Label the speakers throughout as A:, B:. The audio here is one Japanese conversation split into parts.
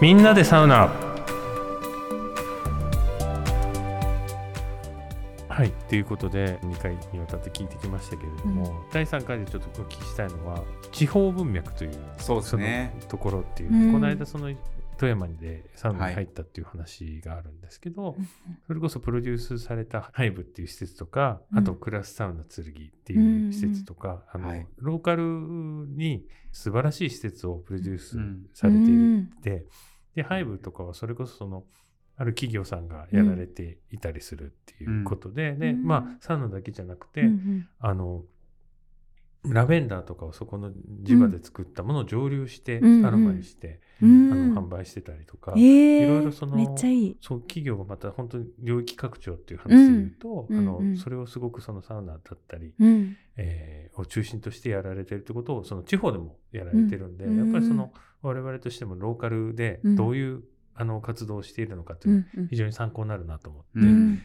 A: みんなでサウナはいということで2回にわたって聞いてきましたけれども、第3回でちょっとお聞きしたいのは地方文脈という
B: そうですね
A: そのところっていう、
C: うん
A: この間その富山でサウナに入ったっていう話があるんですけど、それこそプロデュースされたハイブっていう施設とか、
C: うん
A: あとクラスサウナ剣っていう施設とか、
B: ん
A: あの
B: はい
A: ローカルに素晴らしい施設をプロデュース
B: うん
A: されている
C: うん
A: ででハイブとかはそれこそそのある企業さんがやられていたりするっていうことで、で
C: うん
A: まあサウナだけじゃなくて、
C: うんうん
A: あのラベンダーとかをそこの地場で作ったものを蒸留して、
C: うん
A: アロマにして、
C: うん
A: あの販売してたりとか、
C: えー
A: いろいろその
C: めっちゃいい。
A: そう企業がまた本当に領域拡張っていう話で言うと、
C: うん
A: あの
C: うんうん
A: それをすごくそのサウナだったり、
C: うん
A: えーを中心としてやられてるってことをその地方でもやられてるんで、
C: うん
A: やっぱりそ
C: うん
A: の我々としてもローカルで
C: うん
A: どういう、あの活動をしているのかと
C: う
A: いうん
C: うん
A: 非常に参考になるなと思って、
B: う
C: うんん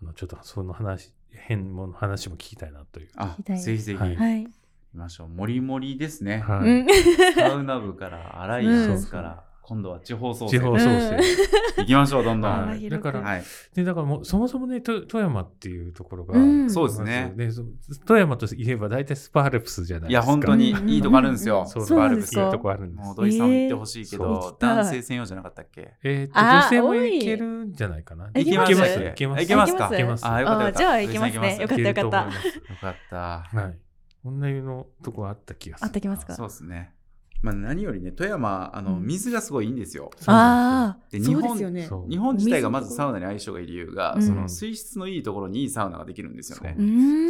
A: あのちょっとその話変もの話も聞きたいなという。
B: あ
C: 聞きたいです
B: ぜひぜひ
A: はい
B: 行
C: はい。
B: きましょうもりもりですね
A: は
C: うん
B: サウナ部から荒井ですから今度は地方創
A: 地
B: 生
A: 方
B: 行
A: 創
C: う
A: 生
C: ん、
B: きましょうどんどん
C: 幅
A: は
B: はい
A: い、
C: 広く
A: だから、
B: はい
A: でだからもうそもそもねと富山っていうところが、
C: うん
B: そうですね
A: まずそ富山といえば大体スパーアルプスじゃないで
B: い
A: す
B: や
A: か。
B: 本当に
C: うん
B: いいとこあるんですよ
A: そう
C: そ
A: ス
C: う
A: パー
C: な
A: ア
C: ん
A: ル
C: で
A: プ
C: す
A: ス
C: か
A: いうとこあるんです
B: もう土井さんも行ってほしいけ
C: えー行
B: ど
C: きたい
B: 男性専用じゃなかったっけ
A: えっと
C: あー
A: 女性も
C: 多い
A: いけるんじゃないかな。
C: いけます
A: いけます。
B: いけますか
A: いけます。
B: あよ
A: よ
B: か
C: あ
B: ったよかった
C: じゃあ行きますね
B: 土井さん行
C: かったよかった
A: いけると思い
B: よかった
A: ますはい。女湯のとこあった気がする。
C: あったきますか
B: そうですねまあ何よりね富山あ
C: う
B: の
C: ん
B: 水がすごいいいんですよ
A: そうなん
C: ああ
B: で
C: ー、
B: 日
C: そう
B: 本
C: ですよ
A: です
C: ね。
A: よ。そう
B: 日本自体がまずサウナに相性がいい理由が、
C: うん
B: その水質のいいところにいいサウナができるんですよね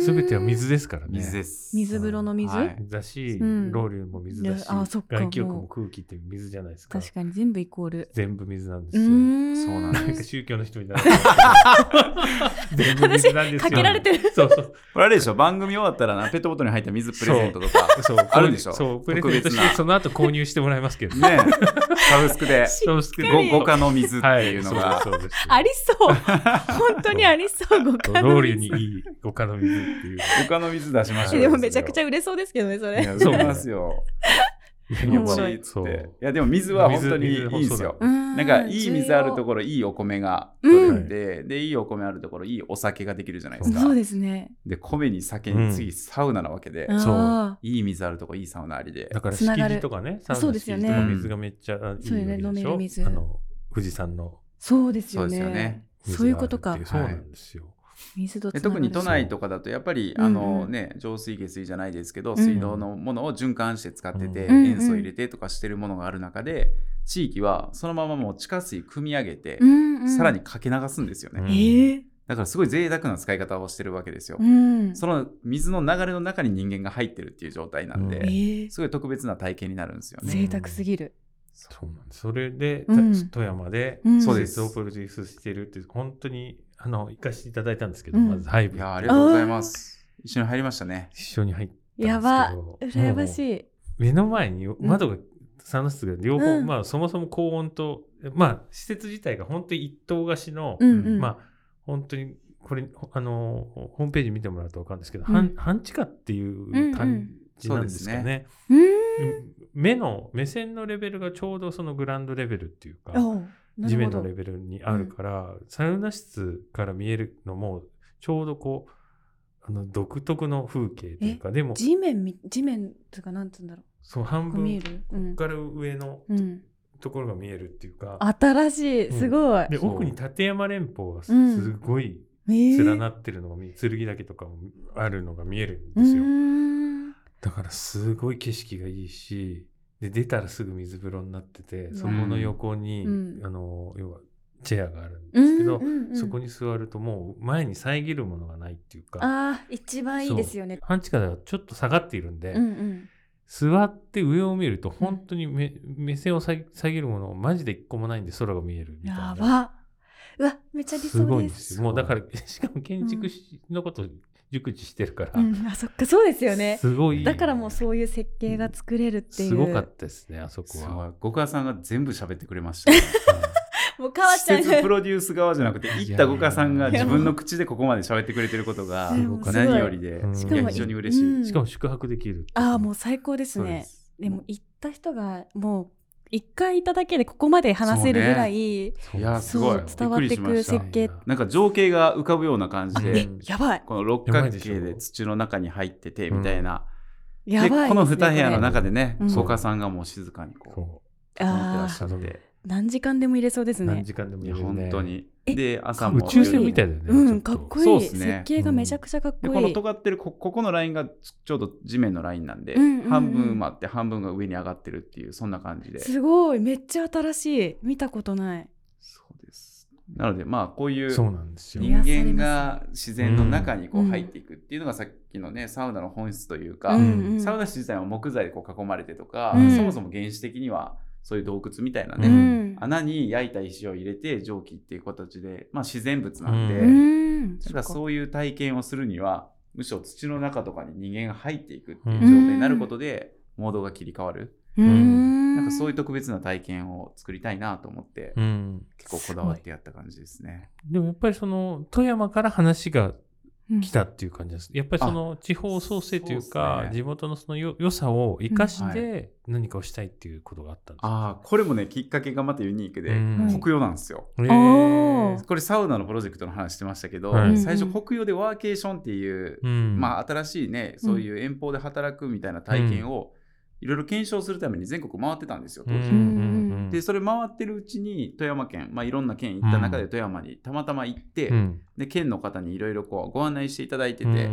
A: そ。すべては水
C: で。
A: ですからね。
B: 水です。
C: 水風呂の水、
B: はい
A: だし、
C: うん
A: ロウリュも水だし、
C: いやあそっか
A: 外気浴
C: も
A: も
C: う
A: 空気って水じゃないですか。
C: 確かに全部イコール。
A: 全部水なんです
C: う
A: よ。
C: ーん。
B: そうなん
A: なん
B: で
A: か宗教の人みたい な。全部水なんですよ。
C: かけられてる。
A: そうそう。
B: これあれでしょ番組終わったらなペットボトルに入った水プレゼントとか。
A: そう
B: あるでしょ
A: そう、プレゼント
B: 特別
A: し
B: な
A: て、その後購入してもらいますけど。
B: ねえサブスクで
A: そうですけど
B: ご五花の水っていうの
A: は
B: が。
A: そうですそうです
C: あり そう。本当にありそう。ご
A: そ
C: 家
A: う
C: 族
A: ロウリュにいい五花の水って いう。
B: 五花の水出しましょう。
C: でもめちゃくちゃ
B: ゃ。
C: 売れそうですけどね、そ
B: い
C: れ。
B: や、そうますよ。
C: ん
B: 欲
C: 面
B: し
C: 白
B: いっつ
A: そ
B: っ
A: う。
B: て。いや、でも水は本当にいいんですよ。な
C: なん
B: かいい水あると
C: こ
B: ころいいお米が取れて、でいいお米あるところいいお酒ができるじゃないですか。
C: そうですね。
B: で米に酒
A: うん
B: に次サウナなわけで、
A: そう
C: あ
B: いい水あるとこいいサウナありで
A: だから、
C: つな
A: 敷
C: がる
A: 地とかね、サウナ
C: そうですよね
A: 敷地とか水がめっちゃあいい
C: そうよね
A: わけでしょ
C: 飲める水
A: あの、富士山の
C: ーそうですよ
B: そうですよね
C: ね。
A: 水
C: そういうこと
A: があ
C: か
A: るって。そうなんですよ。
C: 水とつ
B: で
C: ながる
B: 特に都内とかだとやっぱり、
C: うん
B: あのね浄水下水じゃないですけど
C: ん
B: 水道のものを循環して使ってて、
A: うん
B: 塩素入れてとかしてるものがある中で地域はそのままもう地下水汲み上げて、
C: うんうん
B: さらにかけ流すんですよね、
A: うん
C: えー
B: だからすごい贅沢な使い方をしてるわけですよ、
C: うん。
B: その水の流れの中に人間が入ってるっていう状態なんで、
A: う
C: えー
B: すごい特別な体験になるんですよね、
C: 贅沢すぎる。
A: そうなんです。それで、た
C: うん
A: 富山で、
C: うん
B: そう
A: 施
B: です
A: 設をプロデュースしてるっていう、本当に、あの、行かせていただいたんですけど、
C: うん
A: まず、ハイブ
B: いやありがとうございます一緒に入りましたね
A: 一緒に入ったんですけど。
C: やば。羨ま
A: い。
C: しい。
A: 目の前に窓が、サウナ室が両方、
C: うん
A: まあ、そもそも高温と、まあ、施設自体が本当に一棟貸しの、
C: うんうん。
A: まあ本当にこれほあのホームページ見てもらうと分かるんですけど、
C: うん
A: 半半地下っていう感じなんですか
B: うんうん
A: ね。
C: うん。
A: うん目の目線のレベルがちょうどそのグラウンドレベルっていうか
C: おうな
A: 地
C: る
A: 面
C: ほど
A: のレベルにあるから、サウナ室から見えるのもちょうどこうあの独特の風景というかでも
C: 地面み地面とかなんつうんだろ
A: その半
C: う。見え
A: 分
C: る。うん。
A: から上の
C: うん。
A: ところが見えるっていうか、
C: 新しい。すごい。
A: で
B: そう
A: 奥に立山連峰がす
C: うん
A: すごい
C: えー
A: 連なってるのが見、剣岳とかもあるのが見えるん
C: う
A: ですよ。
C: ん。
A: だからすごい景色がいいしで出たらすぐ水風呂になってて
C: うわ
A: そこの横に、
C: うん
A: あの要はチェアがあるん
C: う
A: ですけ
C: ん
A: ど、
C: うんうん
A: そこに座るともう前に遮るものがないっていうか
C: ああ一番いいですよね。
A: 半地下ではちょっと下がっているんで、
C: うんうん。
A: 座って上を見ると本当に目,、目線を下げ下げるものがマジで一個もないんで空が見えるみたいな
C: や。ば。うわめっちゃ理
A: す
C: 想
A: ごい
C: で。
A: んですすよ。もうだからしかも建築士のこと熟知してるから、
C: うん、あそっかそうですよね。
A: すごい
C: だからもうそういう設計が作れるっていう。
A: すごかったですねあそこ
B: す
A: は。
B: ごい五花さんが全部喋ってくれ ましたね、
C: もう川
B: 施
C: ちゃんが
B: 設プロデュース側じゃなくて行った五花さんが自分の口でここまで喋ってくれてることが
C: いやもうすごい
B: 何よりで
A: うん
C: し
B: い
C: か
B: や
C: も
B: 非常に嬉しい。
C: うん
A: しかも宿泊できるってい
C: ああも
A: う
C: う最高です
B: そう
C: ね。
B: す
C: でも行った人がもう一回行っただけでここまで話せるぐらい、
A: そう
B: いや
A: そ
B: す
A: う
B: ご
C: そ
B: いう
C: 伝わって
B: びっくり
C: く設
B: しました
C: 計
B: なんか情景が浮かぶような感じで、
A: うん
C: やばい
B: この六角形
A: やばい
B: で
A: でし
B: 土の中に入っててみたいな、
C: やばい
B: で
C: ですね、
B: この2部屋
C: こ
B: の
C: れ
B: 中でね
C: うん
B: 五花さんがもう静かにこ
A: そ
B: うん整ってらっしゃっ
A: あー
B: て
C: あー何時間でも入れそうです
A: う何
C: ね
A: 時間でも
B: い
A: い
B: や
A: るね
B: 本当に
C: え
B: で朝も
A: 宇宙船みたいだよね
C: うんかっこい
B: そう
C: い、
B: っすね
C: 設計がめちゃくちゃかっ
B: で
C: こ
B: こ
C: い
B: の
C: い、
B: 尖ってるこここのラインがちちょうど地面のラインなんで、
C: うんうんうん
B: 半分あって半分が上に上がってるっていうそんな感じです
C: ごいめっちゃ新しい見たことない
B: そうですなのでまあこういう
A: そうなんですよ
C: いや
B: 人間が自然の中にこ
C: う
B: うん入っていくっていうのがさっきのねサウナの本質というか、
C: うんうん
B: サウナ室自体は木材でこう囲まれてとか、
A: うん
B: そもそも原始的にはそういう洞窟みたいな
C: う
B: ね、
C: ん
B: 穴に焼いた石を入れて蒸気っていう形で、まあ、自然物なんで、
A: う
C: うん
B: なんか
C: う
B: そういう体験をするにはむしろ土の中とかに人間が入っていくっていううん状態になることで、モードが切り替わる
C: うん
B: なんかそういう特別な体験を作りたいなと思って、
A: うん
B: 結構こだわってやった感じですね。
A: でもやっぱりその富山から話が
C: うん
A: 来たっていう感じです。やっぱりその地方創生という
B: そうっ
A: か
B: すね
A: 地元のそのよ良さを生かし
B: うん
A: て何かをしたいっていうことがあったんですか。
B: ああこれもねきっかけがまたユニークで、
A: うん
B: 北洋なんですよ。
A: え
C: おー
B: これサウナのプロジェクトの話してましたけど、
A: はい
B: 最
C: う
B: 初
C: んうん
B: 北洋でワーケーションっていう、
A: うん
B: まあ新しいねそういう遠方で働くみたいな体験をいろいろ検証するために全国回ってたんですよ当
A: う
B: 時。
A: んうん
B: でそれ回ってるうちに富山県、まあ、いろんな県行った中で富山にたまたま行って、
A: うん
B: で県の方にいろいろこうご案内していただいてて、
A: うん
C: う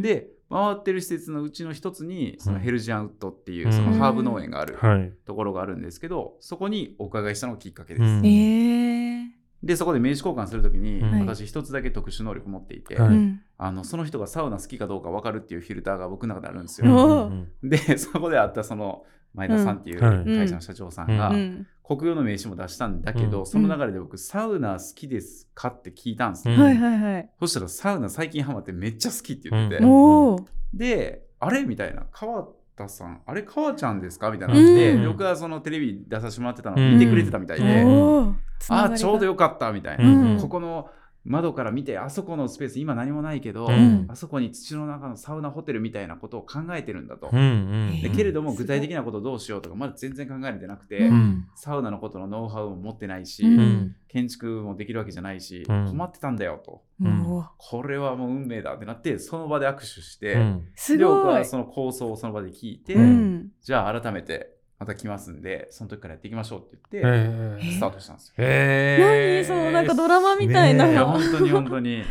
C: ん
B: で回ってる施設のうちの一つにそのヘルジアンウッドっていううんそのハーブ農園がある
A: はい。
B: ところがあるんですけど、そこにお伺いしたのがきっかけです。
A: うん
C: えー
B: でそこで名刺交換するときに、
A: はい
B: 私一つだけ特殊能力持っていて、
A: はい
C: うん
B: あのその人がサウナ好きかどうか分かるっていうフィルターが僕の中であるんです
A: うん
B: よ。
A: うんうん
B: でそこで会ったその前田さんっていう
A: うん
B: 会社の社長さん
A: あ
B: が、
C: うん
B: 国用の名刺も出したんだけど、
A: うん
B: その流れで僕サウナ好きですかって聞いたんですね、
A: うん
C: はいはいはい
B: そしたらサウナ最近ハマってめっちゃ好きって言ってて、
A: うん
C: おー
B: であれみたいな川田さんあれ川ちゃんですかみたいな感じで、
A: うん
B: 僕はそのテレビ出させてもらってたの
A: うん
B: 見てくれてたみたいで、
A: うん
C: おーつなが
B: あ
C: り
B: あ
C: が
B: ちょうどよかったみたいな、
A: うん
B: ここの窓から見てあそこのスペース今何もないけど、
A: うん
B: あそこに土の中のサウナホテルみたいなことを考えてるんだと、
A: うんうん
B: で
C: え
B: けれども
C: すごい
B: 具体的なことをどうしようとかまだ全然考えれてなくて、
A: うん
B: サウナのことのノウハウも持ってないし、
A: う
C: うんん
B: 建築もできるわけじゃないし、
A: うん
B: 困ってたんだよと
A: うん
C: おー
B: これはもう運命だってなってその場で握手して、
A: うん
C: す
B: で僕
C: ご
B: はいその構想をその場で聞いて、
C: うん
B: じゃあ改めてまた来ますんでその時からやっていきましょうって言って、
A: えー
B: スタートしたんですよ。
A: え
C: 何
A: ー
C: そのなんかドラマみたいな
A: ね
B: い
A: え
B: や
A: ほん
B: 本当に本 当にえ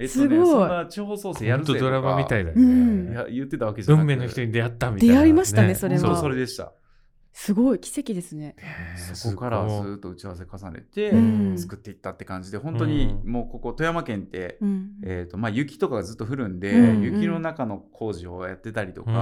B: っと
C: す
B: ね
C: ごい
B: そんな地方創生やるぜ
A: と
B: とか
A: ドラマみたいだよ
C: うん
B: い
A: ね
B: や。言ってたわけじゃなく
A: 運命の人に出会ったみたいな。
C: 出会いましたねそれは
B: そうそれでした
C: すごい奇跡ですね
A: ねえ
B: そこから
A: すごい
B: ずっと打ち合わせ重ねて
C: うん
B: 作っていったって感じで本当にもうここ富山県って
C: うん
B: えーとまあ、雪とかがずっと降るんで、
A: うん
C: うん
B: 雪の中の工事をやってたりと
A: う
B: か、
A: ん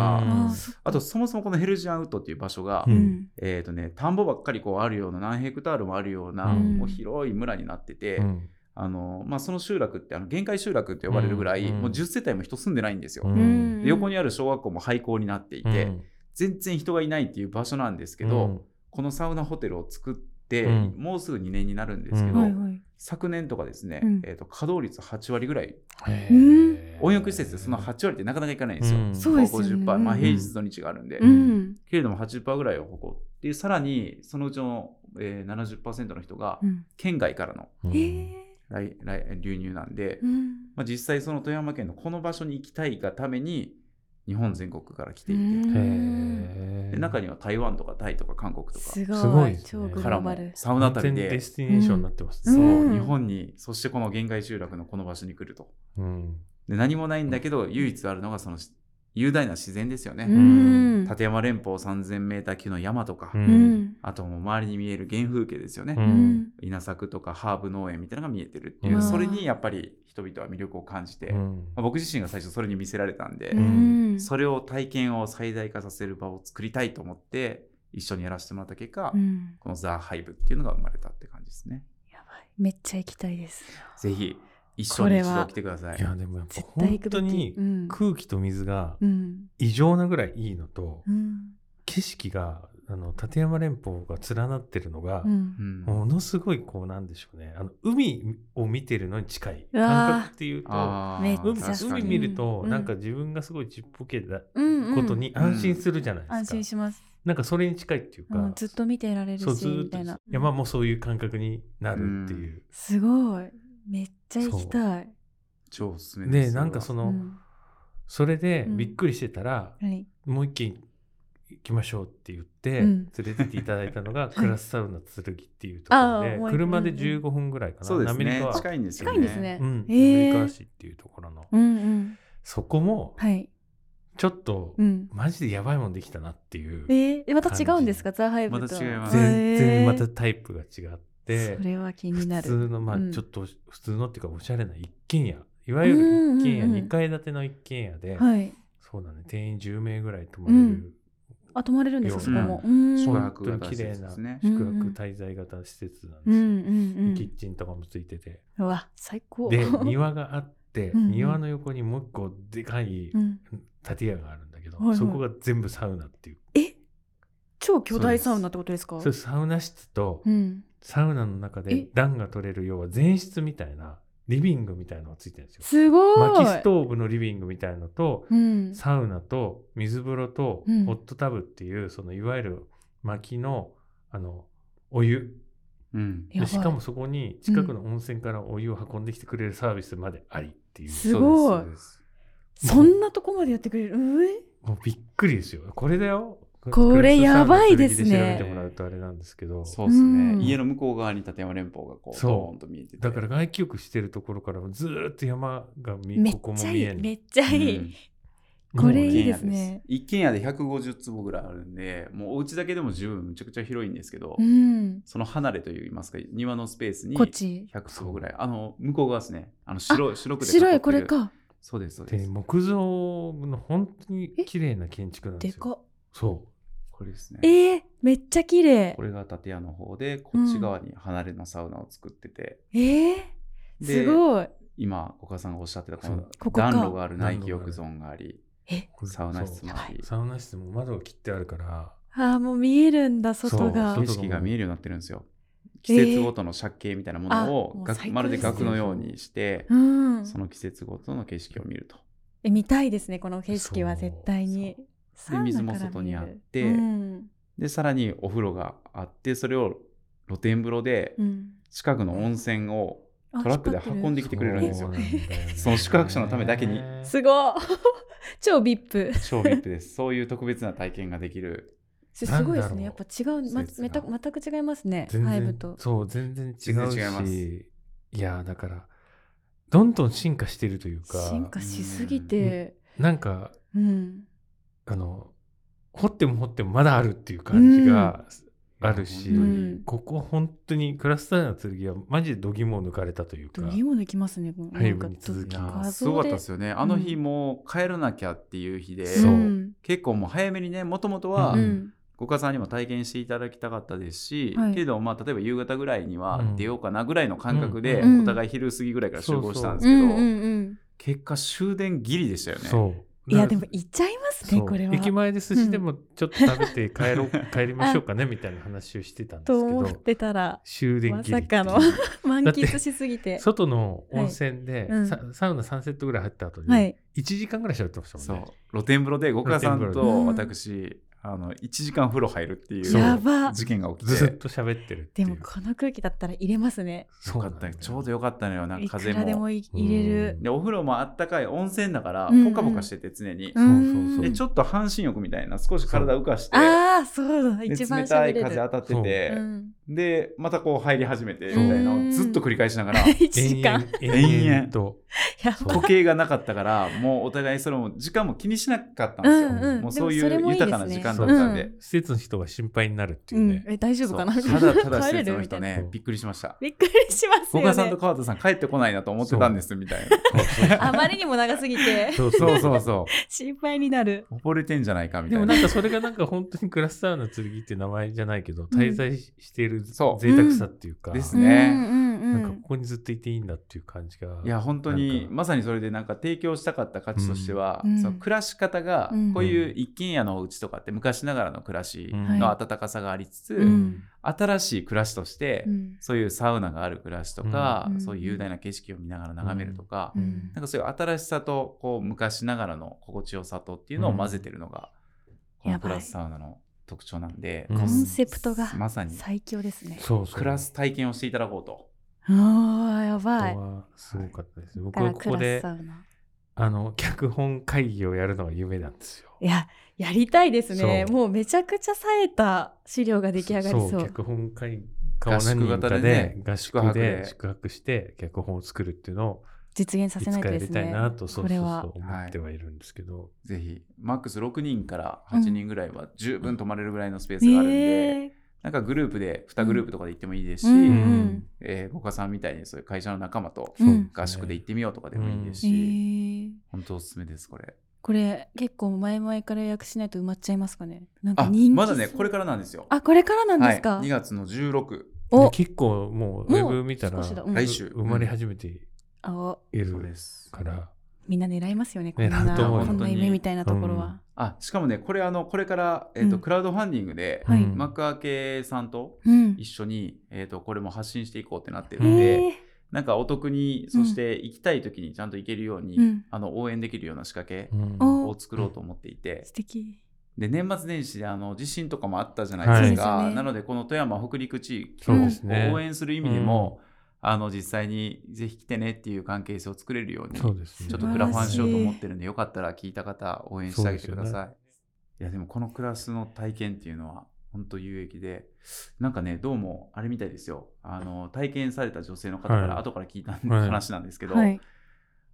C: あーそっか
B: あとそもそもこのヘルジアンウッドっていう場所が、
A: うん
B: えーとね、田んぼばっかりこうあるような何ヘクタールもあるような、
A: うん
B: もう広い村になってて、
A: うん
B: あのまあ、その集落ってあの限界集落って呼ばれるぐらい、
A: うん
B: もう10世帯も人住んでないんですよ。
A: うん
C: うん
B: で横にある小学校も廃校になっていて、
A: うん
B: 全然人がいないっていう場所なんですけど、このサウナホテルを作って、
A: うん
B: もうすぐ2年になるんですけど、
C: はいはい
B: 昨年とかですね、
C: うん
B: えー、と稼働率8割ぐらい
A: へ
C: うん
A: ー
B: 温浴施設でその8割ってなかなかいかないんですよ。
A: うん
C: そうですよね
B: 50%、まあ、
C: うん
B: 平日土日があるんで、
C: うん
B: けれども80%ぐらいを誇ってさらにそのうちの、えー、70%の人が
C: うん
B: 県外からの
A: うん
C: えー
B: 来来流入なんで、
C: うん
B: まあ、実際その富山県のこの場所に行きたいがために日本全国から来ていて、
C: うん
A: へ
B: で
A: ー
B: 中には台湾とかタイとか韓国とか
C: す
A: すご
C: ご
A: いで
C: い
A: す
C: 超
A: ね
C: グ
B: か
C: ロ
B: ら
C: ー
B: も
C: バル
B: サウナ旅
A: 完全に
B: で
A: デ。スティネーションになってます
B: そ
A: ね。
B: う、
C: うん
B: 日本にそしてこの限界集落のこの場所に来ると
A: うん
B: で何もないんだけど唯一あるのがその雄大な自然ですよね、
C: うん
B: 立山連峰 3000m 級の山とか、
A: う
C: うんん
B: あともう周りに見える原風景ですよね、
A: う
C: うんん
B: 稲作とかハーブ農園みたいなのが見えてるっていう、
A: うん
B: それにやっぱり人々は魅力を感じて、
A: う
B: ま
A: ん
B: あ僕自身が最初それに見せられたんで、
C: うん
B: それを体験を最大化させる場を作りたいと思って一緒にやらせてもらった結果、
C: うん
B: このザ・ハイブっていうのが生まれたって感じですね。
C: やばいめっちゃ行きたいです
B: ぜひ一緒に一度来てください。
A: いやでもやっぱ
C: 絶対
A: 本
C: 行くべき
A: 当に
C: うん
A: 空気と水が
C: うん
A: 異常なぐらいいいのと
C: うん
A: 景色があの立山連峰が連なってるのが
C: う
B: うんん
A: ものすごいこうなんでしょうねあの海を見てるのに近いう
C: わー
A: 感覚っていうと
B: あ
C: めっ
B: ー
C: ち
A: 海
C: ゃ
B: 確か
A: 海
B: に
A: 見ると
C: うん
A: なんか自分がすごいちっぽけだ
C: うんうん
A: ことに安心するじゃないですか。
C: 安心します
A: なんかそれに近いっていうか、
C: うんずっと見てられる
A: そう
C: し
A: ずー
C: み
A: っと
C: たいな
A: 山もうそういう感覚になるっていう、
C: すごいめっちゃ行きたい
B: 超おすすめです
A: でなんかそ
C: そ
A: の、
C: うん
A: それで
C: うん
A: びっくりしてたら、
C: はい
A: もう一軒行きましょうって言って、
C: うん
A: 連れてっていただいたの がクラスサウナ剣っていうところ
C: ああ
A: で、
C: もう
A: 車で
C: うんうん
A: 15分ぐらいかな、
B: そうです
A: 滑
B: ね
A: 川
B: 近いんですよ
C: 近
B: ね
C: いんですね
A: うん、滑
C: えー
A: 川市っていうところの、
C: うんうん
A: そこも
C: はい
A: ちょっと、
C: うん
A: マジでやばいもんできたなっていう、
C: えーえまた違うんですかザ・ハイブと
B: また違います
A: 全然また
C: え
A: タイプが違っ
C: ー
A: て
C: そ、れは気にな
A: 普
C: る
A: 通のまあ
C: うん
A: ちょっと普通のっていうかおしゃれな一軒家いわゆる一軒家、
C: うんうんうん
A: 2階建ての一軒家で、
C: はい
A: そうだね定員10名ぐらい泊まれる
C: あ泊まれるんですかそこもう
B: 宿
C: んうん
B: 泊型施設ですね
C: うん
A: 宿泊滞在型施設なんです
C: う
A: よ、
C: んうん
A: キッチンとかもついてて、
C: うわ最高
A: で庭があって
C: うんうん
A: 庭の横にもう一個でかい
C: うん
A: 建屋があるんだけど、
C: はいはい
A: そこが全部サウナっていう
C: え超巨大サウナってことですか
A: それサウナ室と
C: うん
A: サウナの中で
C: え
A: 暖が取れるようは全室みたいなリビングみたいのがついてるんですよ。
C: すごい
A: 薪ストーブのリビングみたいのと
C: うん
A: サウナと水風呂と
C: うん
A: ホットタブっていうそのいわゆる薪のあのお湯
B: うん
A: で
C: やばい
A: しかもそこに近くの温泉からお湯を運んできてくれるサービスまでありっていう
C: すごい
B: そうです
C: そんなとこまでやってくれるうえ
A: もうびっくりですよこれだよ
C: これやばいですね
A: クラスサウナの剣で調べてもらうとあれなんですけど
B: そうですね、
C: うん
B: 家の向こう側に立山連峰がこう
A: そう
B: ドーンと見えてて
A: だから外気浴してるところからずーっと山が
C: め
A: 見
C: っ
A: ここ
C: ち
A: も
C: ゃ
A: 見
C: い
A: え
C: い
A: る
C: めっちゃいい、
B: うん
C: これいい
B: 一軒
C: で
B: 家
C: すね
B: 一軒家で150坪ぐらいあるんでもうお家だけでも十分むちゃくちゃ広いんですけど、
C: うん
B: その離れといいますか庭のスペースに
C: こっち
B: 100坪ぐらいあの向こう側ですねあの白白くて囲ってる
C: 白いこれか
B: そうですそうで
A: です木造の本当に綺麗な建築なんで
C: です
A: よ
C: か
A: そう
B: これですね
C: えー、めっちゃ綺麗
B: これが建屋の方でこっち側に離れのサウナを作ってて、
C: えー、
B: です
C: ごい
B: 今岡さんがおっしゃってたこの
A: そう
C: ここか
B: 暖炉がある内気浴ゾーンがあり
C: え
B: サウナ室もあり
A: サウナ室も窓が切ってあるから
C: あーもう見えるんだ外が
A: そう
B: 景色が見えるようになってるんですよ季節ごとの借景みたいなもの
C: あも
B: を
C: う
B: がく、
C: 最高
B: まるで
C: ですね
B: 額のようにして、
C: うん
B: その季節ごとの景色を見ると
C: え見たいですねこの景色は絶対に
B: うで
C: サウナ
B: 水も
C: から
B: 外
C: 見
B: に
C: える
B: あって
C: うん
B: でさらにお風呂があってそれを露天風呂で
C: うん、
B: 近くの温泉を
C: あ
B: トラックで
C: 引っ張ってる
B: 運んできてくれるんですよ
A: そうなんだよね
B: その宿泊者のためだけに
C: すごい 超ビップ
B: 超ビップですそういう特別な体験ができる
C: す
A: なんだろう
C: ごいですねやっぱ違う、ま、
B: 季節
C: めた
B: が
C: 全く違いますね
A: 全
C: ハイブ
A: 然
C: と
A: そう全然違うし
B: 全然違います
A: いやだからどんどん進化してるというか
C: 進化しすぎて
A: なんか
C: うん、
A: あの掘っても掘ってもまだあるっていう感じがあるし、
C: う
B: 本当
C: ん
B: に、
A: ここ本当にクラスターの剣はマジで度肝を抜かれたというか
C: どぎも抜きますねもう
A: ハイ
C: な
A: ブ
C: んか
A: に続き
B: いや
C: 画
B: ー
C: 像です
B: ごかったですよねあの日もう帰らなきゃっていう日で、
A: そう
C: うん
B: 結構もう早めにねもともとは、
A: うん
C: うん
B: ご家さんにも体験していただきたかったですし、
C: はい
B: けれどもまあ例えば夕方ぐらいには
A: うん
B: 出ようかなぐらいの感覚で、
C: うん
B: お互い昼過ぎぐらいから集合したんです
C: う
B: けど、
C: んうんうん
B: 結果終電ギリでしたよね。
A: そう
C: い
A: い
C: やでも行っちゃいますねこれは
A: 駅前で寿司でもちょっと食べて帰 ろう、帰りましょうかねみたいな話をしてたんです
C: と
A: け
C: 思っ
A: ど
C: てたら
A: 終電
C: ま
A: 切り
C: さ
A: ってい
C: か
A: う
C: の満喫しすぎ て
A: 外の温泉で、
C: はいうん
A: ササウナ3セットぐらい入った後に、
C: はい
A: 1時間ぐらいしゃべってました
B: そ
A: もん
B: う
A: ね。
B: 露天風呂でご家さん
A: 露天
C: 風
B: と
C: 呂で
B: 私、あの1時間風呂入るってい
A: そう
C: や
B: う
C: ば
B: 事件が起き
A: ずってと喋ってるってい
C: で
A: う。
C: もこの空気だったら入れますね
A: そ
B: よ
A: う
B: か
A: な
B: っ
A: んだ
B: た
A: よ
B: よちょうどよかったのよなん
C: い
B: か
C: く
B: 風
C: らで
B: も
C: もい入れる
B: でお風呂もあったかい温泉だから
C: うんうん
B: ポカポカしてて常に、
C: うん
A: そうそうそ
B: で
A: う
B: ちょっと半身浴みたいな少し体浮かして
C: ああそうだ
B: で
C: 一番
B: 冷
C: しゃ
B: た
C: べ
B: い
C: れ
B: 風
C: る
B: 当たってて、
C: うん
B: でまたこう入り始めてみたいな
C: う
B: のを
C: ん
B: ずっと繰り返しながら
C: 1時
A: 延
C: 間
A: 々延々と。
C: やば
A: そう
B: 時計がなかったからもうお互いそれも時間も気にしなかったんですよ、
A: んうん
B: もうそうい
C: でも
B: う
C: れも
B: 豊かな
C: です
B: 時
C: ね
B: 間だったんで
C: うん
A: 施設の人が心配になるっていううんね。
C: え大丈夫かな
B: そうただただ 施
C: 帰れ
B: 設
C: る
B: の
C: みた
B: 人
C: いな
B: ねびっくりしました
C: びっくりします
B: 古
C: よ
B: 賀さん
C: ね
B: と川田さん帰ってこないなと思ってたんですみたいな
C: あまりにも長すぎ て
A: そう
B: そ
A: そう
B: うそうそ
C: 心配になる
B: う溺れてんじゃないかみ
A: で
B: た
A: も
B: いな
A: なんかそれがなんか本当にクラスターの剣って名前じゃないけど、滞在している
B: そう
A: 贅沢さっていうか、
B: ですね
C: うんうんう
A: なん
C: ん
A: かここにずっといていいんだっていう感じが。
B: いや本当
A: な
B: に
A: んか
B: まさにそれでなんか提供したかった価値としては、
C: うん
B: その暮らし方が、
C: うん
B: こういう一軒家のお家とかって昔ながらの暮らし
A: うん
B: の温かさがありつつ、
C: うん
B: 新しい暮らしとして、
C: うん
B: そういうサウナがある暮らしとか、
C: うん
B: そういう雄大な景色を見ながら眺めるとか、
C: うん
B: なんかそういう新しさとこう昔ながらの心地よさとっていうのを混ぜてるのが、
C: うん
B: このプラスサウナの特徴なんで、
A: うんコン
C: セプトが
B: まさに
C: 最強ですね。
A: そうそう。
B: クラス体験をしていただこうと。
C: ああ、や
A: こ
C: ばい
A: こ。はすごかったです。僕
C: だから
A: はこ
C: ク
A: こ
C: ラス
A: で
C: サ、ウナ。
A: あの、脚本会議をやるのが夢なんですよ。
C: いや、やりたいですね。
A: そう
C: もうめちゃくちゃ冴えた資料が出来上がりそう。
A: 脚本会かを
B: 合宿
A: 何人か
B: 型でね
A: で合宿
B: 宿泊
A: で
B: で
A: 宿泊して脚本を作るっていうのを
C: 実現さ
A: い
C: せな
A: つ
C: いと
A: かや
C: で
A: り
C: す
A: たい
C: ね
A: なと、。そ
C: こ
A: うそう
C: れ
A: そう
C: は。
A: 思ってはいるんですけど、
B: ぜひ、マックス6人から
C: うん
B: 8人ぐらいは十分泊まれるぐらいのスペースがあるんで、
C: ねえ。
B: なんかグループで、2グループとかで行ってもいいですし、
C: うん
A: うん
B: えー、五家さんみたいにそういう会社の仲間と
C: うんうん
B: 合宿で行ってみようとかでもいいです
C: え
B: し、
C: ー
B: 本当おすすめです、これ。
C: これ結構前々から予約しないと埋まっちゃいますかね。なんか
B: あ
C: 人気
B: まだね、
C: そう
B: これからなんですよ。
C: あ、これからなんですか。
B: はい、2月の16。
A: で
C: お、
A: 結構もうウェブ見たら
C: もう少しだうん
B: 来週
A: 生まれ始めてい
C: あお
B: そう
A: る
B: です。
A: から、
C: みんな狙いますよね。こん
A: 狙う
C: な、
A: と思う
C: こんな
B: 本当
C: 夢
B: に
C: みたいなところは。
B: あしかもね、これあのこれから、えーと
C: うん
B: クラウドファンディングで、
C: はい
A: うん
B: 幕開けさんと
C: うん。
B: 一緒に、えー、とこれも発信していこうってなってる
A: 緒
B: んで、
C: え
B: なんかお得にそして行きたい時にちゃんと行けるように、
C: うん
B: あの応援できるような仕掛け
A: うん
C: お
B: を作ろうと思っていて
C: ー、素敵。
B: で年末年始であの地震とかもあったじゃないですか、
C: はいそうですね
B: なのでこの富山北陸地域
A: そうですね
B: を応援する意味でも、あの実際にぜひ来てねっていう関係性を作れるように
A: そうですね
B: ちょっとクラファンしようと思ってるんで、よかったら聞いた方、応援してあげてくだ
A: そう
B: さい。いや、でもこのクラスの体験っていうのは、本当有益で、なんかね、どうも、あれみたいですよ。あの、体験された女性の方か
A: は
B: ら、
A: い
B: 後から聞いた
A: はい
B: 話なんですけど、
C: はい。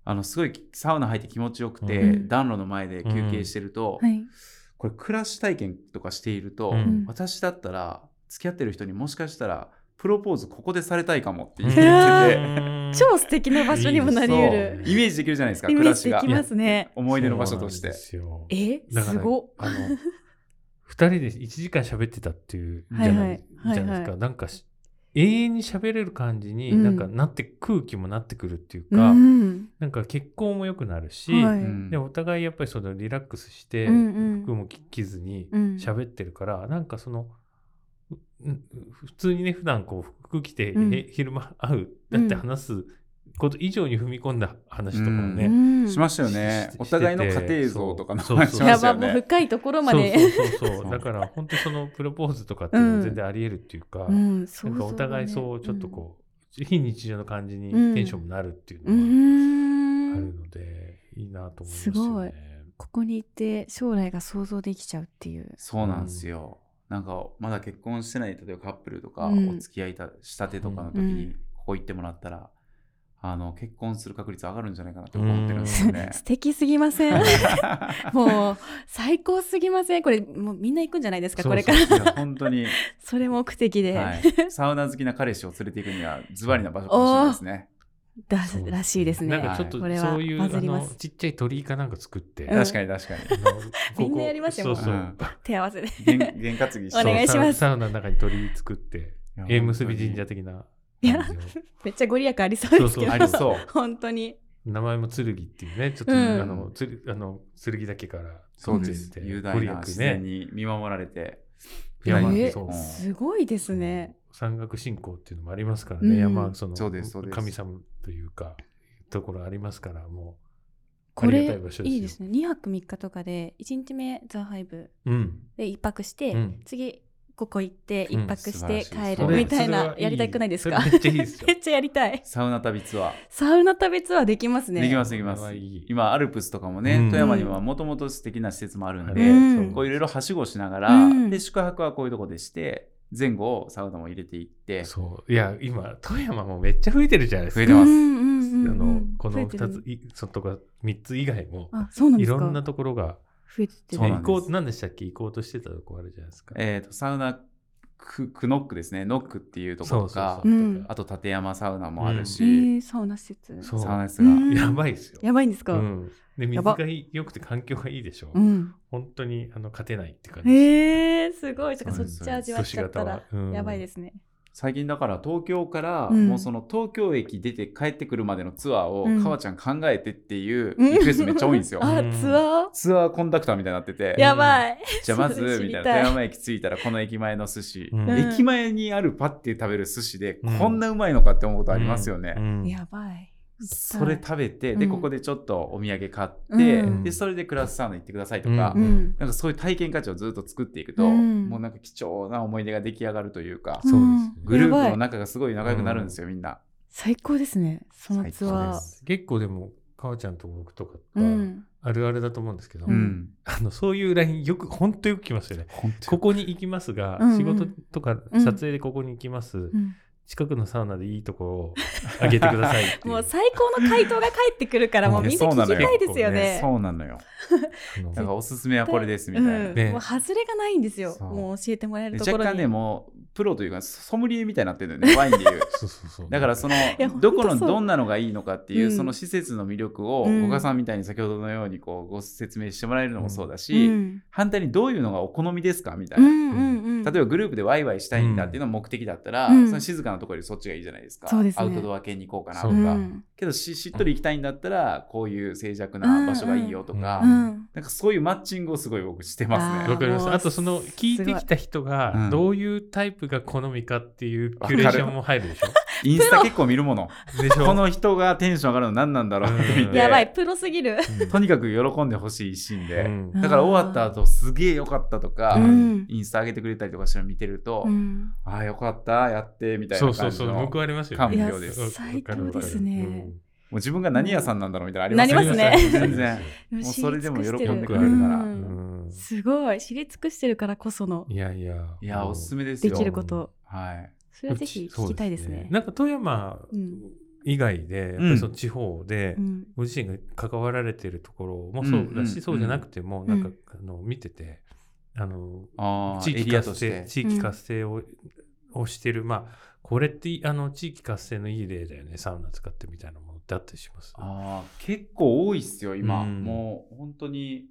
B: あの、すごいサウナ入って気持ちよくて、
C: うん
B: 暖炉の前で休憩してると、
C: はい。
B: これ、クラス体験とかしていると、
A: うん
B: 私だったら、付き合ってる人にもしかしたら、プロポーズここでされたいかもって
A: う
B: 言
A: ん
B: ってて、
C: 超素敵な場所にもなり
B: そう
C: 得
A: いい
C: る
A: で。
B: イメージできるじゃないですか、
C: イ
B: 暮
C: メー
B: ら
C: ジ
B: し
C: で
B: が
C: き。ますね。
B: 思い出の場所として。
A: て。
C: え、
A: だか
C: す
A: ら
C: ごっ。
A: あの二人で1時間喋ってたっていうじゃ
C: は
A: ない
C: はい
A: いじゃないです
C: はいは
A: か。なんかし永遠に喋れる感じに、
C: うん
A: なんかなって空気もなってくるっていう
C: う
A: か、
C: ん。
A: なんか結婚も良くなるし、
C: は
B: う
C: い。
B: ん
A: でお互いやっぱりそのリラックスして、
C: うんうん
A: 服も着ずに
C: うん
A: 喋ってるから、なんかそのううん普通にね普段こう服着て、
C: うん
A: へ昼間会うだって話すこと以上に踏み込んだ話とかもね、
C: うん
B: しましたよね。お互いの家庭像とかの話
A: い
B: し
C: や
B: ました
C: ば、
B: よ
C: もう
B: ね。
C: 深いところまで。
A: そうそうそうそ
B: そうう
A: だから本当にそのプロポーズとかっていうのも全然ありえるっていうか、
C: うん、そ
A: なんかお互いそうちょっとこう、非日常の感じに
C: うん
A: テンションもなるっていう
C: う
A: の
C: ん。
A: が
C: う
A: あ
C: ーん
A: るので、いいなと思いますよね。
C: ここにいて将来が想像できちゃうっていう。
B: そうなんですよ。なんか、まだ結婚してない、例えばカップルとか、
C: うん
B: お付き合いたしたてとかの時
C: うん。
B: に、ここ行ってもらったら、あの、結婚する確率上がるんじゃないかなって思ってるんですよね
C: 素敵すぎませ んもう最高すぎませんこれもうみんな行くんじゃないですかこれから
A: そう
B: いや本当に、
C: それ目的で、
B: はい、サウナ好きな彼氏を連れて行くにはズバリな場所かもしれないですね。
C: だ
A: そう
C: らしいです
A: なん
C: ね
A: かちょっと
C: これは
A: そういう、
C: バ
A: あ
C: ズります
A: のちっちゃい鳥居かなんか作って、
C: うん
B: 確かに確かに。
A: あの
C: みんなやりますよ
A: そうそう、
B: もう
C: 手合わせで
B: 験 験担ぎし
A: そう
C: お願いします
A: サウナサウナの中に鳥居作って
B: や
A: 縁結び神社的な
C: 当に
A: 感じの
C: めっちゃご利益ありそうですけど
A: そう
B: ありそう。
C: 本当に
A: 名前も剣っていうねちょっと、
C: うん
A: あのつるあの剣だけから
B: そうです
A: 取。って
B: 雄
A: ご
B: 大
A: 利
B: な
A: 益
B: 自然
A: ね
B: に見守られて。
A: 山
C: え
A: そう
C: すごいですね
A: 山岳信仰っていうのもありますからね、
C: うん
A: 山その
B: そうですそうです
A: 神様というかところありますからも
C: こ
A: ありがた
C: れ
A: い場所ですよ
C: いいですね2泊3日とかで1日目ザ・ハイブ
A: ううん
C: で1泊して、
A: うん
C: 次ここ行って
A: うん
C: 1泊して
B: 素晴らし
C: 帰
B: い
A: そ
C: る
A: れ
C: みたい
A: それ
C: な
A: はいい
C: やりたくないですか
A: それめっちゃいい ですよ
C: めっちゃやりたい
B: サウナ旅ツアー。
C: サウナ旅ツアーできますね
B: できますできま
A: これは
B: す
A: いい
B: 今アルプスとかもね、
A: うん
B: 富山にはもともと素敵な施設もあるんで、
C: うん
B: こういろいろはしごしながら、
C: うん
B: で宿泊はこういうとこでして前後をサウナも入れていって
A: そういや今富山もめっちゃ増えてるじゃないですか
B: 増えてます
C: うんうんうんうん
A: あのこの
C: 増え
A: 2
C: て
A: つ
C: る
A: いそのとか3つ以外も
C: あそうなん
A: い
C: ですか
A: ろんなところが
C: 増えてって
B: そう
A: ね
B: な
A: 行
B: んです
A: こう何でしたっけ行こうとしてたとこあるじゃないですか、
B: えーとサウナククノックですねノックっていうところとか
C: う
B: あと立山サウナもある
C: え
B: し、
C: ー、サウナ施設
A: そう
B: サウナ室
C: う
B: が、
C: ん
A: やばいですよ、
C: やばいんですか、
A: うん、で水
C: やば
A: が良くて環境がいいでしょ
C: うん
A: 本当にあの勝てないって感じ、
C: えー、すごいとか
B: そ
C: そうっ
B: です
C: ち味わっちゃった
A: 都
C: ら
A: 市型はうん
C: やばいですね、
B: 最近だから東京から、
C: うん
B: もうその東京駅出て帰ってくるまでのツアーを、
C: うん
B: かわちゃん考えてっていう
C: うん
B: リクエストめっちゃ多いんですよ。
C: あ
A: うん
C: ツアー
B: ツアーコンダクターみたいになってて、
C: やばい、
B: じゃあまず
C: それ知
B: み
C: り
B: た
C: た
B: い
C: い
B: な富山駅着いたらこの駅前の寿司、
A: うん
C: うん
B: 駅前にあるパッて食べる寿司で
A: うん
B: こんなうまいのかって思うことありますよね、
A: うん
C: やばい
B: それ食べて、で
C: うん
B: ここでちょっとお土産買って、
C: うん
B: でそれでクラスサウナ行ってくださいとか、
A: うん
B: なんかそういう体験価値をずっと作っていくと、
C: うん
B: もうなんか貴重な思い出が出来上がるというか、
A: そうですね
B: グループ
C: やば
B: の
C: い
B: 中がすごい仲良くなるんですよ、みんな。
C: 最高ですねそのツ
B: 最高
C: ア
B: で
C: ー
B: す
A: 結構でも母ちゃんと僕とか
C: う
A: が
C: ん
A: あるあるだと思うんですけど、
C: う
B: うんん。
A: あのそういう LINE よく本当よく来ますよね。
B: 本当
A: ここに行きますが、
C: うんうん
A: 仕事とか
C: うん
A: 撮影でここに行きます、
C: うん
A: 近くのサウナでいいとこをあげてくださいってい
C: もう最高の回答が返ってくるからもうみんな聞きたいですよね
B: そうなのよ。
A: あの
B: だからおすすめはこれですみ
C: う
B: たいな。
C: ん
A: ね
C: もう外れがないんですよ
B: そう
C: もう教えてもらえる
B: で
C: ところ
B: 若
C: に
B: 干ね、もうプロというかソムリエみたいになってるのよね、ワインでいう。
A: そうそうそう
B: だからその
C: やほんと
B: どこの
C: そう
B: どんなのがいいのかっていううんその施設の魅力を
C: うん
B: 古賀さんみたいに先ほどのようにこうご説明してもらえるのもそうだ
C: う
B: し
C: ん
B: 反対にどういうのがお好みですかみたいうなん
C: うんうん
B: 例えばグループでワイワイしたいんだっていうのが目的だったら、
C: うん
B: その静かなところよりそっちがいいじゃないですか、
C: そうですね
B: アウトドア系に行こうかな
A: そ
B: と
A: う
B: か、
C: うん
B: けどししっとり行きたいんだったらこういう静寂な場所がいいよとか、
A: うん
C: うん
B: なんかそういうマッチングをすごい僕してま
A: わ
B: すね。
A: かりま
C: も
A: す。
C: う
A: あとその聞いてきた人
B: すご
A: が
B: い
A: どういうタイプが好みかっていうキュレーションも入るでしょ。
B: インスタ結構見る もの。
A: でしょ。
B: この人がテンション上がるの何なんだろうって見
A: うん
B: て。
C: やばいプロすぎる
B: とにかく喜んでほしい一心
A: う
B: で。
A: ん
B: だから終わった後すげえ良かったとか、
C: うん
B: インスタ上げてくれたりとかしたら見てると、
C: うん
B: ああよかったやってみたい
A: そ
B: な
A: うそ
B: 感
A: う
B: じ
A: そ
B: の
A: う
B: も
A: 報われますよ
B: 感
A: ね。
C: い
B: 無
C: や
B: 量です
C: 最高ですね。
B: う自分が何屋さんなんだろうみたいなのあ
A: わ
B: り
A: か
B: ま
A: る
B: す
C: なりますね
B: 全然。
C: も
B: うそれでも喜んで
A: くれ
B: るから
A: うん
C: すごい知り尽くしてるからこその
A: いやいや。
B: いやおすすめです
C: で
B: よ。
C: きること
B: はい。
C: それはぜひ聞きたいですね。
A: なんか富山
C: うん
A: 以外で、やっぱりその地方で
C: う。ん
A: ご自身が関わられているところもそうだ
B: うん
A: し、そうじゃなくても、な
C: うん
A: んか、あの、見てて、あの、
B: ああ、
A: 地
B: エ
A: 域
B: リア
A: 活
B: とし
A: 性
B: て。
A: 地域活性を,、をしてるまあこれっていあの地域活性のいい例だよねサウナ使ってみたいなものだってします
B: ああ、結構多いっすよ、今。
A: うん
B: もう本当に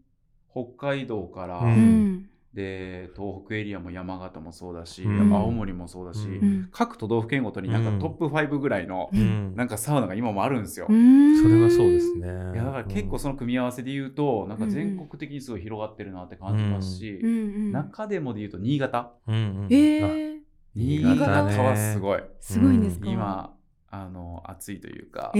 B: 北海道から、
A: う
C: うんん
B: で、東北エリアも山形もそうだし、
A: うん
B: 青森もそうだし、
A: う
C: うん
B: 各都道府県ごとになん
A: うん
B: かトップ5ぐらいの、
A: うん
B: なんかサウナが今もあるんですよ。
A: そ
C: そ
A: れはそうです。ね
B: いやだから結構その組み合わせで言うと、なんか全国的にすごい広がってるなって感じますし、
C: うんうん、
B: 中でもで言うと新潟。
A: うん、うんうん
C: え
A: あ
C: ー、
A: 新
B: 新潟
C: 潟ね
B: はすごい。
C: すごいんですか。
B: 今、あの、暑いというか、
C: え
B: あ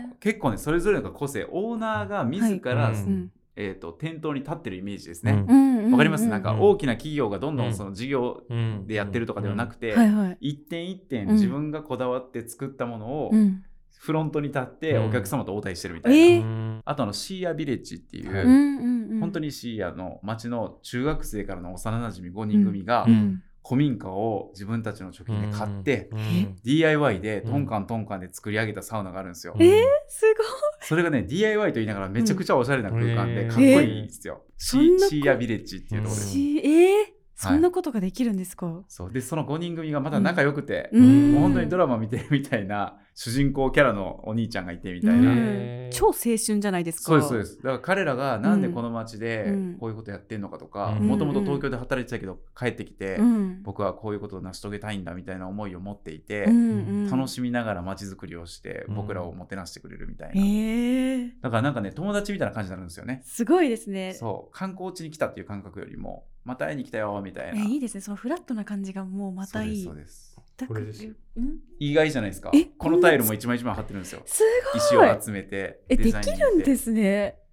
C: ー
B: の、結構ね、それぞれの個性、オーナーが自ら、
A: はいうん
C: うん
B: えー、と店頭に立ってるイメージです
A: う
B: ね
A: ん。
C: うんうんうん
B: わ、かりますなんか
A: うん
B: 大きな企業がどんど
A: うん
B: んその事業
A: うん
B: でやってるとかではなくて、
C: はいはい。
B: 一点一点
C: うん
B: 自分がこだわって作ったものを
C: うん
B: フロントに立って
A: うん
B: お客様と応対してるみた
C: え
B: いな。
A: う
C: ー
A: ん
B: あとあのシーアビレッジっていう、
A: はい
C: うんうんうん、
B: 本当にシーアの町の中学生からの幼なじみ5人組が
A: うん
B: 古民家を自分たちの貯金で買って、
A: うん
C: え
B: DIY でトンカントンカンで作り上げたサウナがあるんですよ。
C: えーすごい。
B: それがね DIY と言いながらめちゃくちゃおしゃれな空間
A: う
B: で
A: ん
B: かっこいいんですよ。シ
C: そんなこ
B: ーシーアビレッジっていうところです。
C: しえー、そんなことができるんですか。
B: そうでその5人組がまた仲良くて、
C: う
B: も
C: ん
B: う本当にドラマ見てるみたいな主人公キャラのお兄ちゃんがいてみたいな。
C: うん
A: えー
C: 超青春じゃないですか。。
B: そうですそうですすだから彼らがなんでこの街で
C: うん
B: こういうことやってんのかとか
A: うん
B: もともと東京で働いてたけど帰ってきて
C: うん、
B: 僕はこういうことを成し遂げたいんだみたいな思いを持っていて
C: うんうん、
B: 楽しみながら街づくりをして
A: うん
B: 僕らをもてなしてくれるみたい
C: え
B: な
C: ー、
B: だからなんかね友達みたいな感じになるんですよね
C: すごいですね。
B: そう観光地に来たっていう感覚よりもまた会いに来たよみたい
C: え
B: な
C: ーいいですね。そのフラットな感じがもうまたいい。
B: そうですそうです
C: だから
A: これですよ
C: うん、
B: 意外じゃないですか
C: え
B: このタイルも一枚一枚貼ってるんですよ
C: す
B: 石
C: ごい。
B: を集めて
C: え
B: デザインにして
C: できるんですね。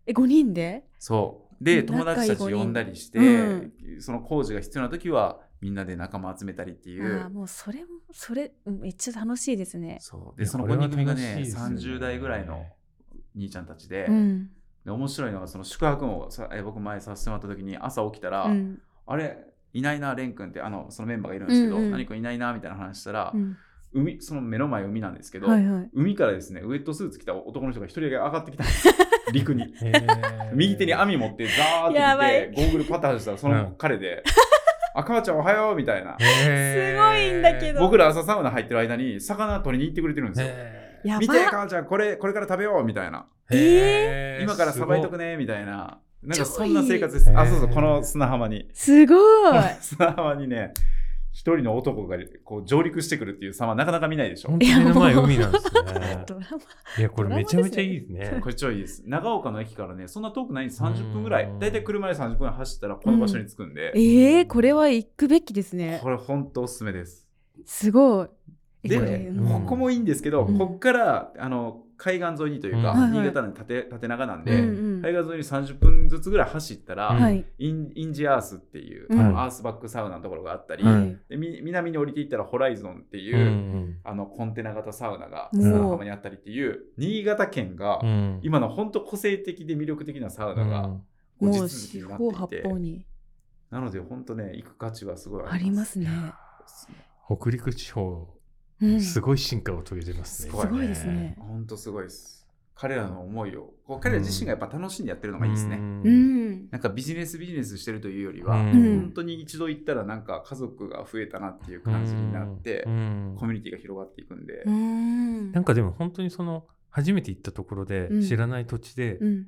C: え五人で。
B: そう
C: 仲い
B: で
C: い
B: 友達たち呼んだりして、
C: うん
B: その工事が必要な時はみんなで仲間集めたりってい
C: ああ
B: う
C: もうそれもそれうんめっちゃ楽しいですね。
B: そう
A: い
B: で
A: や
B: その
A: これ
B: 5
A: は
B: 人組が
A: 楽しい
B: ね
A: ですよね
B: 30代ぐらいの兄ちゃんたちで,、
C: うん。
B: で面白いのがその宿泊もさえ僕前させてもらった時に朝起きたら、
C: うん。
B: あれいないなレン君ってあのそのメンバーがいるんですけど、
C: うんうん
B: 何君いないなみたいな話したら、
C: うん
B: 海その目の前海なんですけど、
C: はいはい。
B: 海からですねウェットスーツ着た男の人が一人だけ上がってきたんで すよ陸に。
A: えー
B: 右手に網持ってザーって
C: やば
B: 来
C: い
B: てゴーグルパターンしたらその彼 で「あ母ちゃんおはよう」みたいな
A: えー
C: すごいんだけど
B: 僕ら朝サウナ入ってる間に魚取りに行ってくれてるんですよ。
A: え
C: やば
B: 見て母ちゃんこれこれから食べようみたいな
A: ーえー
B: 今からさばいとく
A: す
B: ねみたいなな
C: 超い
B: んか
C: い
B: そんな生活ですあ
A: へー
B: そうそうこの砂浜に
C: すごい。
B: この 砂浜にね一人の男がこう上陸してくるっていう様なかなか見ないでし
A: ごい本
B: ょ
A: 当目の前
C: いやもう
A: 海なんです ね
C: ドラマ。
A: いやこれめちゃめちゃいいですね
B: これちょいです長岡の駅からねそんな遠くないんです30分ぐらいだいたい車で30分走ったらこの場所に着くんで、
C: ええこれは行くべきですね
B: こ。れほんとおすすめです
C: すごい。え
B: で
C: これ
B: ね、
C: うん
B: ここもいいんですけど、
A: うん
B: ここからあの海岸沿いにというか、
A: うん
C: はいはい
B: 新潟なんで縦縦長なんで、
A: うん
C: うん
B: 海岸沿いに30分ずつぐらい走ったら、
A: うん
C: はい。
B: インインジアースっていう、
C: うん
B: あのアースバックサウナのところがあったり、
A: はい
B: でみ南に降りていったらホライゾンっていう、
A: うん
B: あのコンテナ型サウナが
C: もう
B: 砂浜にあったりっていう新潟県が
A: うん
B: 今の本当個性的で魅力的なサウナ
A: う
B: が
A: ん
B: こう
C: もう
B: 地続き
C: 四
B: にな
C: 方
B: っ
C: 八
B: ていて、
C: 方に
B: なので本当ね行く価値はすごい
C: ありますね。
A: 北陸地方、
C: うん
A: すごい進化を遂げてますね。
B: すごいね
C: すごいですね
B: 本当すごいです彼らの思いをこう彼ら自身がやっぱ楽しんでやってるのがいいですね、
A: うん
C: うん。
B: なんかビジネスビジネスしてるというよりは、
A: うん
B: 本当に一度行ったらなんか家族が増えたなっていう感じになって、
A: うん
B: コミュニティが広がっていくんで、
C: うん。
A: なんかでも本当にその初めて行ったところで
C: うん
A: 知らない土地で、
C: うん。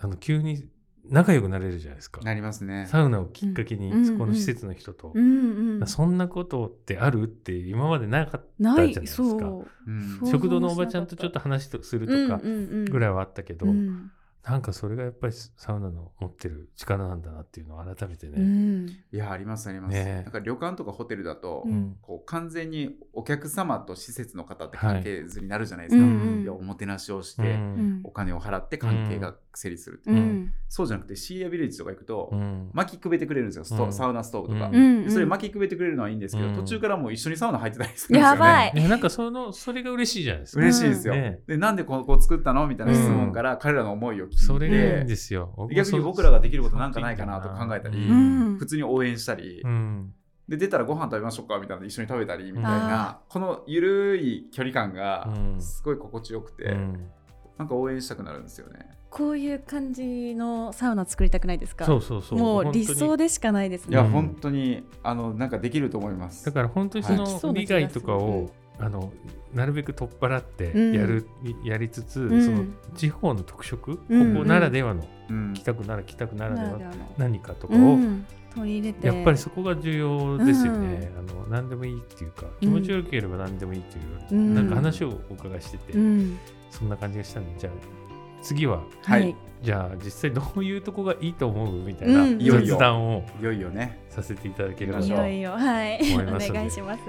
A: あの急に仲良くなれるじゃないですか。
B: なりますね
A: サウナをきっかけに、
C: うん
A: そこの施設の人と、
C: うんうん。
A: そんなことってあるって今までなかったじゃ
C: な
A: ない
C: い
A: で、す
C: そ
A: か。
C: う。
B: うん
C: そう
A: 食堂のおばちゃんとちょっと話とするとかぐ
C: ぐ
A: ら
C: い
A: いはあったけど、
C: うん
A: なんかそれがやっぱりサウナの持ってる力なんだなっていうのを改めて
C: う
A: ね。
C: ん。
B: いやありますあります、
A: ねえ
B: なんか旅館とかホテルだと、
C: うん
B: こう完全にお客様と施設の方って関係図になるじゃないで
C: う
B: すか、
A: はい
C: ん
B: いやお
C: うん
B: もてなしをし
A: う
B: て、
A: ん
B: お金を払って関係が成立するって、
C: う
A: うん
C: ん。
B: そうじゃなくてシーアビレッジとか行くと、
A: うん
B: 薪くべてくれるんですよスト、
A: うん
B: サウナストーブとか、
A: うん
C: うんうん
B: それ薪くべてくれるのはいいんですけど、
A: うん
B: 途中からもう一緒にサウナ入ってたりするんですよ
C: や
B: ね
C: ばい
A: いやなんかそのそれが嬉しいじゃないですか。
B: 嬉しいですよ、
A: ね
B: でなんでここ作ったのみたいな質問から彼らの思いを聞いて、
A: それがいいんですよ。も
B: 逆に僕らができることなんかないかなと考えたり
A: う
C: うんん
B: 普通に応援したり、
A: うん
B: で出たらご飯食べましょうかみたいなので一緒に食べたりみたいなこのゆるい距離感が
A: うん
B: すごい心地よくて、
A: うん
B: なんか応援したくなるんですよね。
C: こういう感じのサウナ作りたくないですか
A: そうそうそう。
C: も
A: 本当
C: う
A: に
C: 理想でしかないです
B: い
C: ね
B: や、
A: うん
B: 本当にあのなんかできると思います。
A: だから本当にそ
B: はい
C: できそ
A: の
C: うな気
A: 利
C: がす
A: 害
C: る
A: とかを、あのなるべく取っ払って
C: うん
A: やる、やりつつ、
C: ん
A: その地方の特色、
C: うん
A: ここならではの
B: うん、
A: 北区なら北区ならで
C: な
A: は
C: ら
A: の
C: ではの
A: 何かとかを、
C: うん取り入れて
A: やっぱりそこが重要ですよね、あの何でもいいっていうか気持ちよければ何でもいいっていう、
C: うん
A: なんか話をお伺いしてて、
C: うん
A: そんな感じがしたんでじゃあ次は
B: は
C: はいい
A: じゃあ実際どういうとこがいいと思うみたいな
C: うん
A: 雑談を
B: いよいよね。
A: させていただければ
B: い
C: い
A: と、
C: よいよはい
A: 思い
C: お
A: ますので
C: 願いします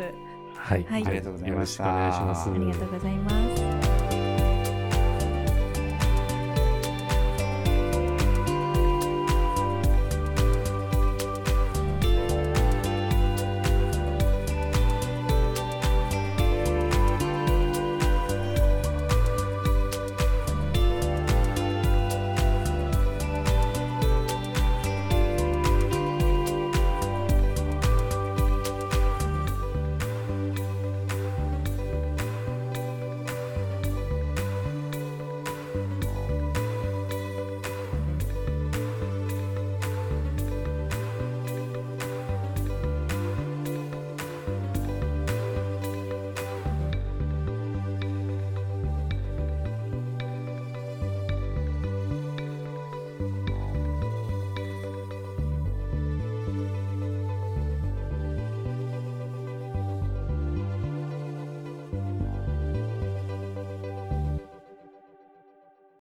A: はい
C: はい
A: じゃ
B: ありがとうございました
A: よろしくお願いします
C: ありがとうございます